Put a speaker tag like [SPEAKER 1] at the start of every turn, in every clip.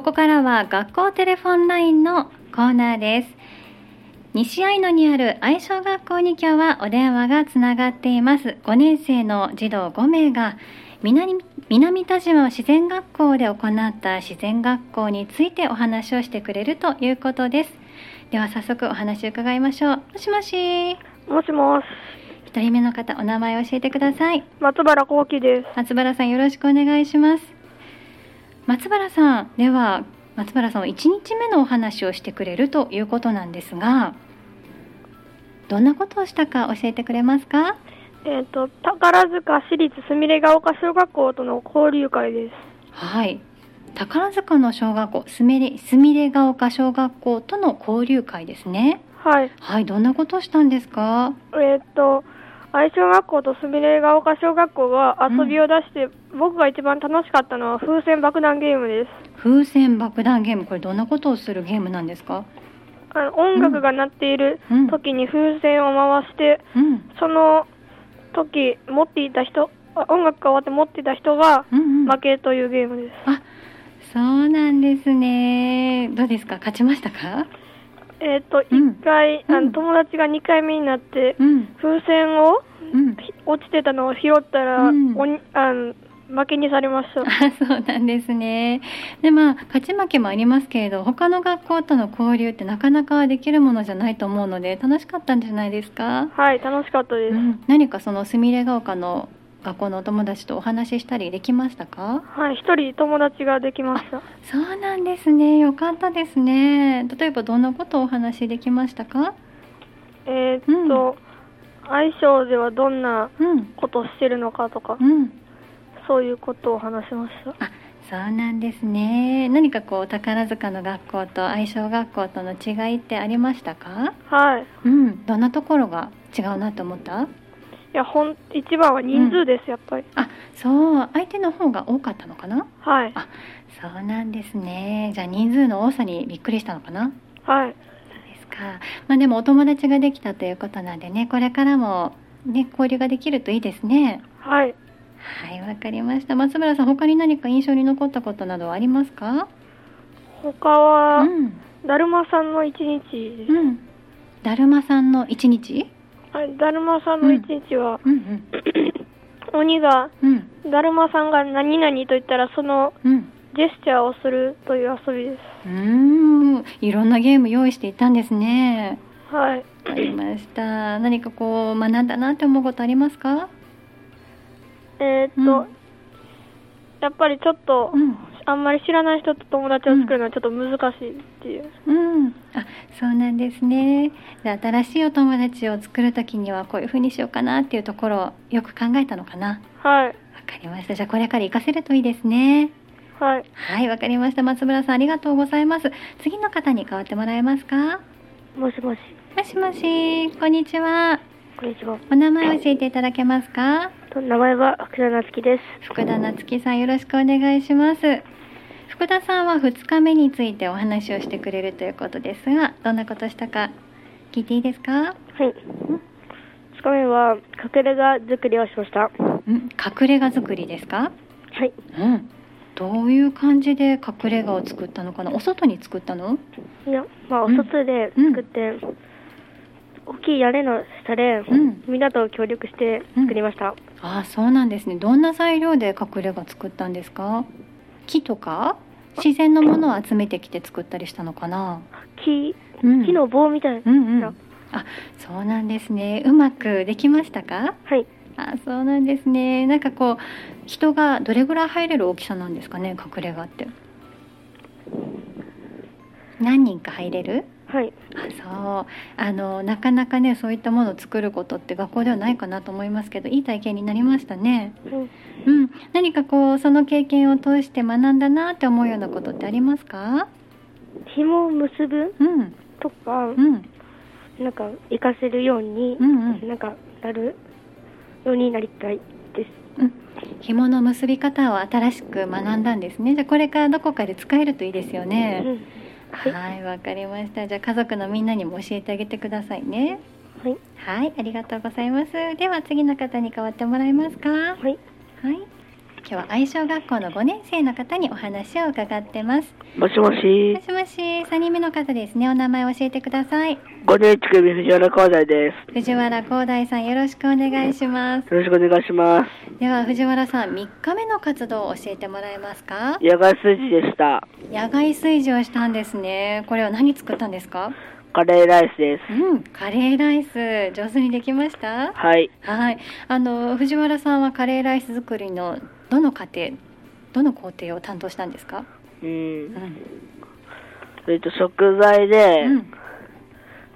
[SPEAKER 1] は学校テレフォンラインのコーナーです西愛野にある愛小学校に今日はお電話がつながっています5年生の児童5名が南南田島自然学校で行った自然学校についてお話をしてくれるということですでは早速お話を伺いましょうもしもし
[SPEAKER 2] もしもし、
[SPEAKER 1] 一人目の方お名前を教えてください
[SPEAKER 2] 松原幸喜です。
[SPEAKER 1] 松原さんよろしくお願いします松原さんでは松原さんは1日目のお話をしてくれるということなんですがどんなことをしたか教えてくれますか
[SPEAKER 2] えっ、と、宝塚市立すみれが丘小学校との交流会です。
[SPEAKER 1] はい宝塚の小学校すみれすみれが丘小学校との交流会ですね
[SPEAKER 2] はい。
[SPEAKER 1] はいどんなことをしたんですか
[SPEAKER 2] えっ、と、愛小学校とすみれが丘小学校が遊びを出して、僕が一番楽しかったのは風船爆弾ゲームです。
[SPEAKER 1] 風船爆弾ゲームこれどんなことをするゲームなんですか
[SPEAKER 2] あの音楽が鳴っている
[SPEAKER 1] うん
[SPEAKER 2] 時に風船を回して、
[SPEAKER 1] うん
[SPEAKER 2] その時持っていた人、あ音楽が終わって持っていた人が
[SPEAKER 1] うんうん
[SPEAKER 2] 負けというゲームです。
[SPEAKER 1] あ、そうなんですね。どうですか、勝ちましたか。
[SPEAKER 2] えっ、と、
[SPEAKER 1] うん
[SPEAKER 2] 1回、あ
[SPEAKER 1] う
[SPEAKER 2] の
[SPEAKER 1] ん
[SPEAKER 2] 友達が2回目になって、
[SPEAKER 1] うん、
[SPEAKER 2] 風船を
[SPEAKER 1] うん。
[SPEAKER 2] ひ落ちてたのを拾ったら、
[SPEAKER 1] うん
[SPEAKER 2] おにあの負けにされました。
[SPEAKER 1] あ、そうなんですね。で、まあ、勝ち負けもありますけれど、他の学校との交流ってなかなかできるものじゃないと思うので、楽しかったんじゃないですか。
[SPEAKER 2] はい、楽しかったで
[SPEAKER 1] う
[SPEAKER 2] す。
[SPEAKER 1] ん、何かそのすみれが丘の学校のお友達とお話ししたりできましたか。
[SPEAKER 2] はい、一人友達ができました。
[SPEAKER 1] そうなんですね。よかったですね。例えば、どんなことをお話しできましたか。
[SPEAKER 2] えーっと、相性ではどんな
[SPEAKER 1] うん。
[SPEAKER 2] ことをしてるのかとか、
[SPEAKER 1] うん。
[SPEAKER 2] そういうことを話しました。
[SPEAKER 1] あそうなんですね何かこう宝塚の学校と愛小学校との違いってありましたか
[SPEAKER 2] はい。い
[SPEAKER 1] うんどんなところが違うなと思った
[SPEAKER 2] や、ほん、一番は人数です、やっぱり。
[SPEAKER 1] あそう相手の方が多かったのかな
[SPEAKER 2] はい
[SPEAKER 1] あ。そうなんですねじゃあ人数の多さにびっくりしたのかな
[SPEAKER 2] は
[SPEAKER 1] そう
[SPEAKER 2] い。
[SPEAKER 1] ですかまあでもお友達ができたということなんでねこれからもね交流ができるといいですね
[SPEAKER 2] はい。
[SPEAKER 1] はいわかりました松村さん他に何か印象に残ったことなどはありますか
[SPEAKER 2] 他は、
[SPEAKER 1] うん
[SPEAKER 2] だるまさんの一日です。
[SPEAKER 1] うん、だるまさんの一日。
[SPEAKER 2] はい、だるまさんの一日は、
[SPEAKER 1] うん
[SPEAKER 2] 鬼が、
[SPEAKER 1] うんうん
[SPEAKER 2] だるまさんが何々と言ったら、その
[SPEAKER 1] うん。
[SPEAKER 2] ジェスチャーをするという遊びで
[SPEAKER 1] うーん、いろんなゲーム用意していたんですね。
[SPEAKER 2] す。はい。
[SPEAKER 1] わかりました。何かこう学んだなって思うことありますか？
[SPEAKER 2] えーっと、
[SPEAKER 1] うん
[SPEAKER 2] やっぱりちょっと、
[SPEAKER 1] うん。
[SPEAKER 2] あんまり知らない人と友達を作るのはちょっと難しいっていう。
[SPEAKER 1] うん、あそうなんですねで新しいお友達を作るときにはこういうふうにしようかなっていうところをよく考えたのかなわ
[SPEAKER 2] はい。
[SPEAKER 1] かりましたじゃあこれから活かせるといいですね
[SPEAKER 2] はい。
[SPEAKER 1] はいわかりました松村さんありがとうございます次の方に代わってもらえますか
[SPEAKER 2] もしもし。
[SPEAKER 1] もしもし、こんにちは。
[SPEAKER 2] こんにちは。
[SPEAKER 1] お名前教えていただけますか。
[SPEAKER 2] 名前は福田夏樹です。
[SPEAKER 1] 福田夏樹さん、よろしくお願いします。福田さんは2日目についてお話をしてくれるということですが、どんなことしたか聞いていいですか。
[SPEAKER 2] はい。つかめは、隠れ家作りをしました。は
[SPEAKER 1] うん、隠れ家作りですか。
[SPEAKER 2] い。
[SPEAKER 1] うん。どういう感じで隠れ家を作ったのかな。お外に作ったの？
[SPEAKER 2] いや、まあ、お
[SPEAKER 1] うん
[SPEAKER 2] 外で作って、大きい屋根の下で、
[SPEAKER 1] うん
[SPEAKER 2] みんなと協力して作りました。
[SPEAKER 1] ああ、そうなんですね。どんな材料で隠れ家作ったんですか。木とか自然のものを集めてきて作ったりしたのかな。
[SPEAKER 2] 木、
[SPEAKER 1] うん
[SPEAKER 2] 木の棒みたいな。
[SPEAKER 1] うんうん。あ、そうなんですね。うまくできましたか？
[SPEAKER 2] はい。
[SPEAKER 1] あ、そうなんですね。なんかこう人がどれぐらい入れる大きさなんですかね、隠れ家って。何人か入れる？
[SPEAKER 2] はい。
[SPEAKER 1] あ、そう。あのなかなかね、そういったものを作ることって学校ではないかなと思いますけど、いい体験になりましたね。
[SPEAKER 2] うん
[SPEAKER 1] うん。何かこうその経験を通して学んだなって思うようなことってありますか？
[SPEAKER 2] 紐を結ぶ
[SPEAKER 1] うん。
[SPEAKER 2] とか、
[SPEAKER 1] うん。
[SPEAKER 2] なんか活かせるように、
[SPEAKER 1] うんうん
[SPEAKER 2] なんかなるようになりたいです。
[SPEAKER 1] うん紐の結び方を新しく学んだんですねじゃあこれからどこかで使えるといいですよ
[SPEAKER 2] う
[SPEAKER 1] ね、
[SPEAKER 2] んは
[SPEAKER 1] はいわかりましたじゃあ家族のみんなにも教えてあげてくださいね
[SPEAKER 2] いはい
[SPEAKER 1] はいありがとうございますでは次の方に代わってもらえますかはい
[SPEAKER 2] はい。
[SPEAKER 1] 今日は愛小学校の5年生の方にお話を伺ってます
[SPEAKER 3] もしも
[SPEAKER 1] も
[SPEAKER 3] し、
[SPEAKER 1] しもし3人目の方ですねお名前を教えてください
[SPEAKER 3] 5年1組藤原光大で
[SPEAKER 1] 藤原光大さんよろしくお願いします
[SPEAKER 3] す。よろしくお願いします。
[SPEAKER 1] では藤原さん3日目の活動を教えてもらえますか
[SPEAKER 3] 野外数字でした。
[SPEAKER 1] 野外炊事をしたんですねこれは何作ったんですか
[SPEAKER 3] カレーライスです。
[SPEAKER 1] うん、カレーライス上手にできました
[SPEAKER 3] はい。
[SPEAKER 1] はい、あの藤原さんはカレーライス作りのどの過程どの工程を担当したんですか、
[SPEAKER 3] う
[SPEAKER 1] うん
[SPEAKER 3] ん。
[SPEAKER 1] う
[SPEAKER 3] えっと、食材で、
[SPEAKER 1] ん、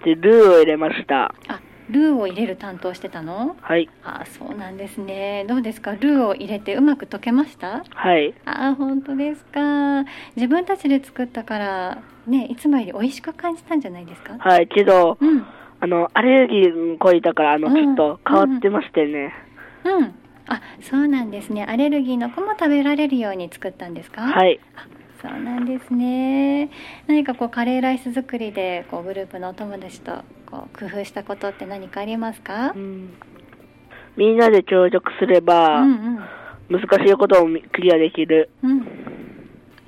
[SPEAKER 3] でルーを入れました。
[SPEAKER 1] あルーを入れる担当してたの
[SPEAKER 3] はい。
[SPEAKER 1] あそうなんですねどうですかルーを入れてうまく溶けました
[SPEAKER 3] はい。
[SPEAKER 1] あ本当ですか自分たちで作ったからねいつもより美味しく感じたんじゃないですか、
[SPEAKER 3] はい。けど、
[SPEAKER 1] うん
[SPEAKER 3] あの、アレルギーの超えたから、あの、
[SPEAKER 1] うん
[SPEAKER 3] ちょっと変わってましてね。
[SPEAKER 1] うんあそうなんですねアレルギーの子も食べられるように作ったんですか
[SPEAKER 3] はい。
[SPEAKER 1] あそうなんですね何かこうカレーライス作りでこうグループのお友達とこう工夫したことって何かありますか、
[SPEAKER 3] うんみんなで協力すれば、
[SPEAKER 1] うん
[SPEAKER 3] 難しいことをクリアできる。
[SPEAKER 1] うんうん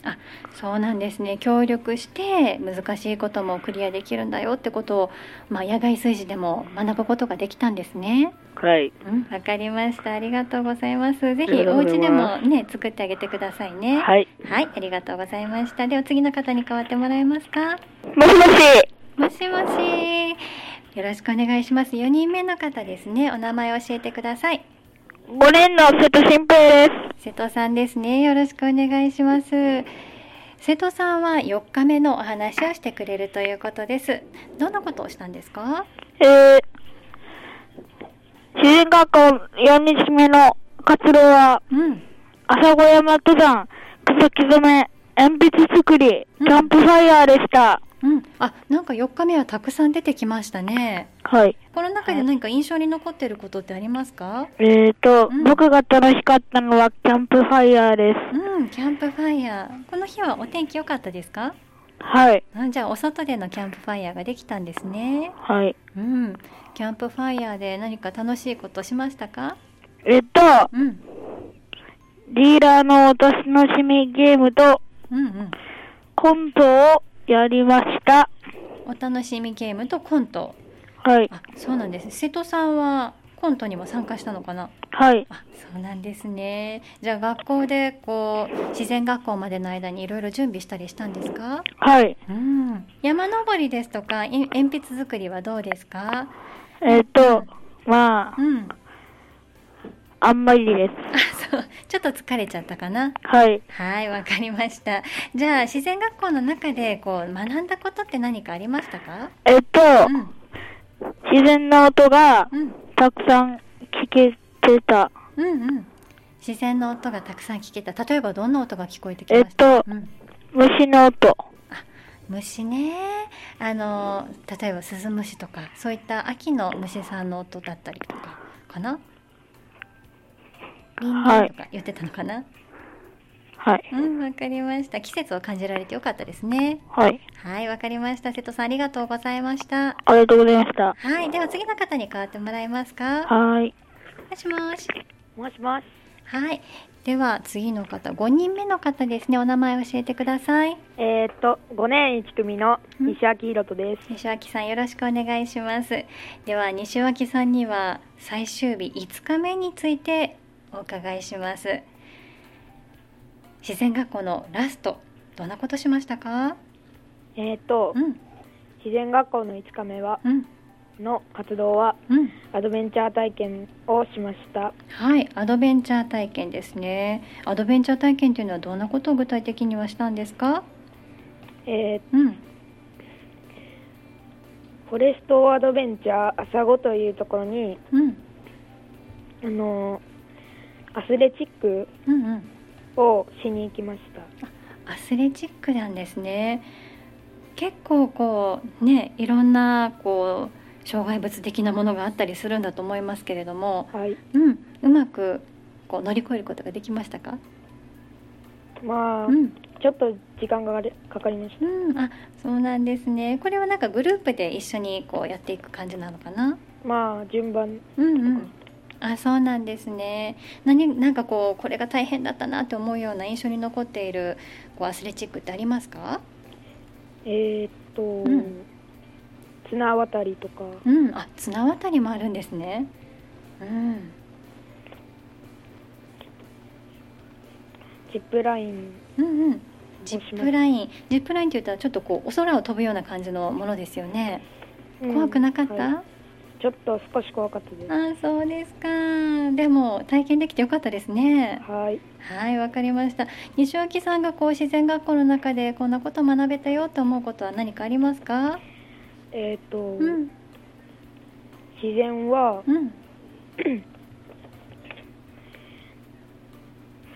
[SPEAKER 1] あそうなんですね協力して難しいこともクリアできるんだよってことを、まあ、野外炊事でも学ぶことができたんですね。
[SPEAKER 3] はい。
[SPEAKER 1] うん、わかりました。ありがとうございます。ぜ
[SPEAKER 3] あり
[SPEAKER 1] ひ
[SPEAKER 3] がと
[SPEAKER 1] お
[SPEAKER 3] うござ
[SPEAKER 1] 家
[SPEAKER 3] い
[SPEAKER 1] でも
[SPEAKER 3] ます
[SPEAKER 1] ね作ってあげてくださいね。い、
[SPEAKER 3] はい。
[SPEAKER 1] はい、ありがとうございました。では次の方に代わってもらえますか。
[SPEAKER 2] もしもし、
[SPEAKER 1] もしもし。よろしくお願いします。4人目の方ですね。お名前を教えてください。
[SPEAKER 2] 5年の瀬戸新平です。
[SPEAKER 1] 瀬戸さんですね。よろしくお願いします。瀬戸さんは4日目のお話をしてくれるということです。どんなことをしたんですか
[SPEAKER 2] えー、主人学校4日目の活動は、
[SPEAKER 1] うん。
[SPEAKER 2] 朝小山登山、草木染め、鉛筆作り、
[SPEAKER 1] う
[SPEAKER 2] キ
[SPEAKER 1] ん
[SPEAKER 2] ャンプファイヤーでした。
[SPEAKER 1] うん。あ、なんか4日目はたくさん出てきましたね。
[SPEAKER 2] はい。
[SPEAKER 1] この中で何か印象に残っていることってありますか
[SPEAKER 2] えーと、
[SPEAKER 1] うん
[SPEAKER 2] 僕が楽しかったのはキャンプファイヤーです。
[SPEAKER 1] うん、キャンプファイヤー。この日はお天気良かったですか
[SPEAKER 2] はい。
[SPEAKER 1] あじゃあお外でのキャンプファイヤーができたんですね。
[SPEAKER 2] はい。
[SPEAKER 1] うん、キャンプファイヤーで何か楽しいことしましたか？
[SPEAKER 2] えーと、
[SPEAKER 1] うん、
[SPEAKER 2] ディーラーのお楽しみゲームと
[SPEAKER 1] うんうん。
[SPEAKER 2] コントをやりました。
[SPEAKER 1] お楽しみゲームとコント。
[SPEAKER 2] はい。
[SPEAKER 1] あ、そうなんです。瀬戸さんはコントにも参加したのかな？
[SPEAKER 2] はい。
[SPEAKER 1] あ、そうなんですね。じゃあ学校でこう自然学校までの間にいろいろ準備したりしたんですか？
[SPEAKER 2] はい。
[SPEAKER 1] うん。山登りですとかい鉛筆作りはどうですか？
[SPEAKER 2] えーと、ま
[SPEAKER 1] うん。
[SPEAKER 2] あ、あんまりです。
[SPEAKER 1] あ、そう。ちょっと疲れちゃったかな。
[SPEAKER 2] はい。
[SPEAKER 1] はい、わかりました。じゃあ自然学校の中でこう学んだことって何かありましたか？
[SPEAKER 2] えっと、
[SPEAKER 1] うん、
[SPEAKER 2] 自然の音が
[SPEAKER 1] うん、
[SPEAKER 2] たくさん聞けてた。
[SPEAKER 1] うん、うん。自然の音がたくさん聞けた。例えばどんな音が聞こえてきま
[SPEAKER 2] えっ
[SPEAKER 1] した？
[SPEAKER 2] と
[SPEAKER 1] う、ん、
[SPEAKER 2] 虫の音。
[SPEAKER 1] 虫ね。あの例えばスズムシとかそういった秋の虫さんの音だったりとかかな。リンリンとか言ってたのかな。
[SPEAKER 2] はい。
[SPEAKER 1] うん、わかりました。季節を感じられてよかったですね。
[SPEAKER 2] はい。
[SPEAKER 1] はい、わかりました。瀬戸さんありがとうございました。
[SPEAKER 2] ありがとうございました。
[SPEAKER 1] はい、では次の方に代わってもらえますか。
[SPEAKER 2] はい。
[SPEAKER 1] もしもし。
[SPEAKER 3] もしもし。
[SPEAKER 1] はい。では次の方、5人目の方ですね。お名前教えてください。
[SPEAKER 4] えーっと、5年1組の
[SPEAKER 1] うん
[SPEAKER 4] 西脇宏斗です。
[SPEAKER 1] 西脇さんよろしくお願いします。では西脇さんには最終日5日目についてお伺いします。自然学校のラスト、どんなことしましたか。
[SPEAKER 4] えーっと
[SPEAKER 1] う、ん、
[SPEAKER 4] 自然学校の5日目は、
[SPEAKER 1] うん、
[SPEAKER 4] の活動は、
[SPEAKER 1] うん。
[SPEAKER 4] アドベンチャー体験をしました。
[SPEAKER 1] はい、アドベンチャー体験ですね。アドベンチャー体験というのはどんなことを具体的にはしたんですか。
[SPEAKER 4] え
[SPEAKER 1] うん、
[SPEAKER 4] ーフォレストアドベンチャー朝子というところに、
[SPEAKER 1] うん、
[SPEAKER 4] あのーアスレチック
[SPEAKER 1] うん、うん。
[SPEAKER 4] をしに行きました。
[SPEAKER 1] アスレチックなんですね結構こうねいろんなこう障害物的なものがあったりするんだと思いますけれども、
[SPEAKER 4] はい。
[SPEAKER 1] うん、うまくこう乗り越えることができましたか、
[SPEAKER 4] まあ、
[SPEAKER 1] うん
[SPEAKER 4] ちょっと時間がかかりかかりまし
[SPEAKER 1] うん、あそうなんですねこれはなんかグループで一緒にこうやっていく感じなのかな
[SPEAKER 4] た。まあ、順番、
[SPEAKER 1] うんうんあそうなんですね何なんかこうこれが大変だったなって思うような印象に残っているこうアスレチックってありますか
[SPEAKER 2] えーっと、
[SPEAKER 1] ん
[SPEAKER 2] 綱渡りとか、
[SPEAKER 1] うんあ綱渡りもあるんですねうん
[SPEAKER 2] ジップライン、
[SPEAKER 1] うんうんジップラインジップラインって言ったらちょっとこうお空を飛ぶような感じのものですよね
[SPEAKER 2] うん
[SPEAKER 1] 怖くなかった、
[SPEAKER 2] はいちょっと少し怖かったです。
[SPEAKER 1] あそうですかでも体験できてよかったですね
[SPEAKER 2] はい。
[SPEAKER 1] はいわかりました西脇さんがこう自然学校の中でこんなこと学べたよと思うことは何かありますか
[SPEAKER 2] えーっと、
[SPEAKER 1] うん
[SPEAKER 2] 自然は
[SPEAKER 1] うん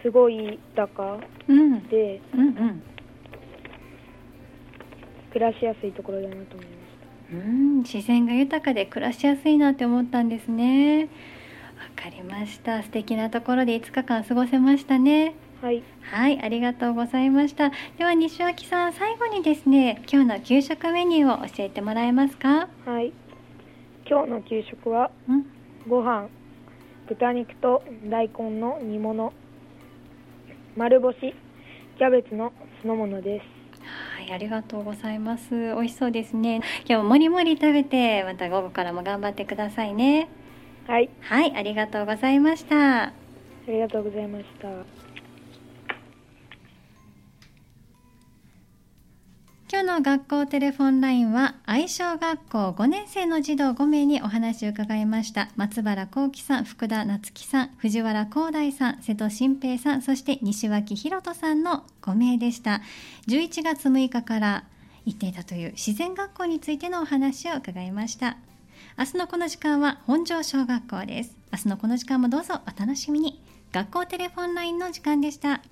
[SPEAKER 2] すごい豊か
[SPEAKER 1] うん
[SPEAKER 2] で
[SPEAKER 1] うんうん
[SPEAKER 2] 暮らしやすいところだなと思いました。
[SPEAKER 1] うん、自然が豊かで暮らしやすいなって思ったんですね。わかりました。素敵なところで5日間過ごせましたね。
[SPEAKER 2] はい、
[SPEAKER 1] はい、ありがとうございました。では西脇さん、最後にですね、今日の給食メニューを教えてもらえますか？
[SPEAKER 2] はい。今日の給食は
[SPEAKER 1] うん、
[SPEAKER 2] ご飯、豚肉と大根の煮物、丸干し、キャベツの酢の物です。
[SPEAKER 1] はい、ありがとうございます。美味しそうですね。今日ももりもり食べて、また午後からも頑張ってくださいね。
[SPEAKER 2] はい、
[SPEAKER 1] はい、ありがとうございました。
[SPEAKER 2] ありがとうございました。
[SPEAKER 1] 今日の学校テレフォンラインは愛称学校5年生の児童5名にお話を伺いました松原幸喜さん福田夏樹さん藤原光大さん瀬戸新平さんそして西脇博人さんの5名でした11月6日から行っていたという自然学校についてのお話を伺いました明日のこの時間は本庄小学校です明日のこの時間もどうぞお楽しみに学校テレフォンラインの時間でした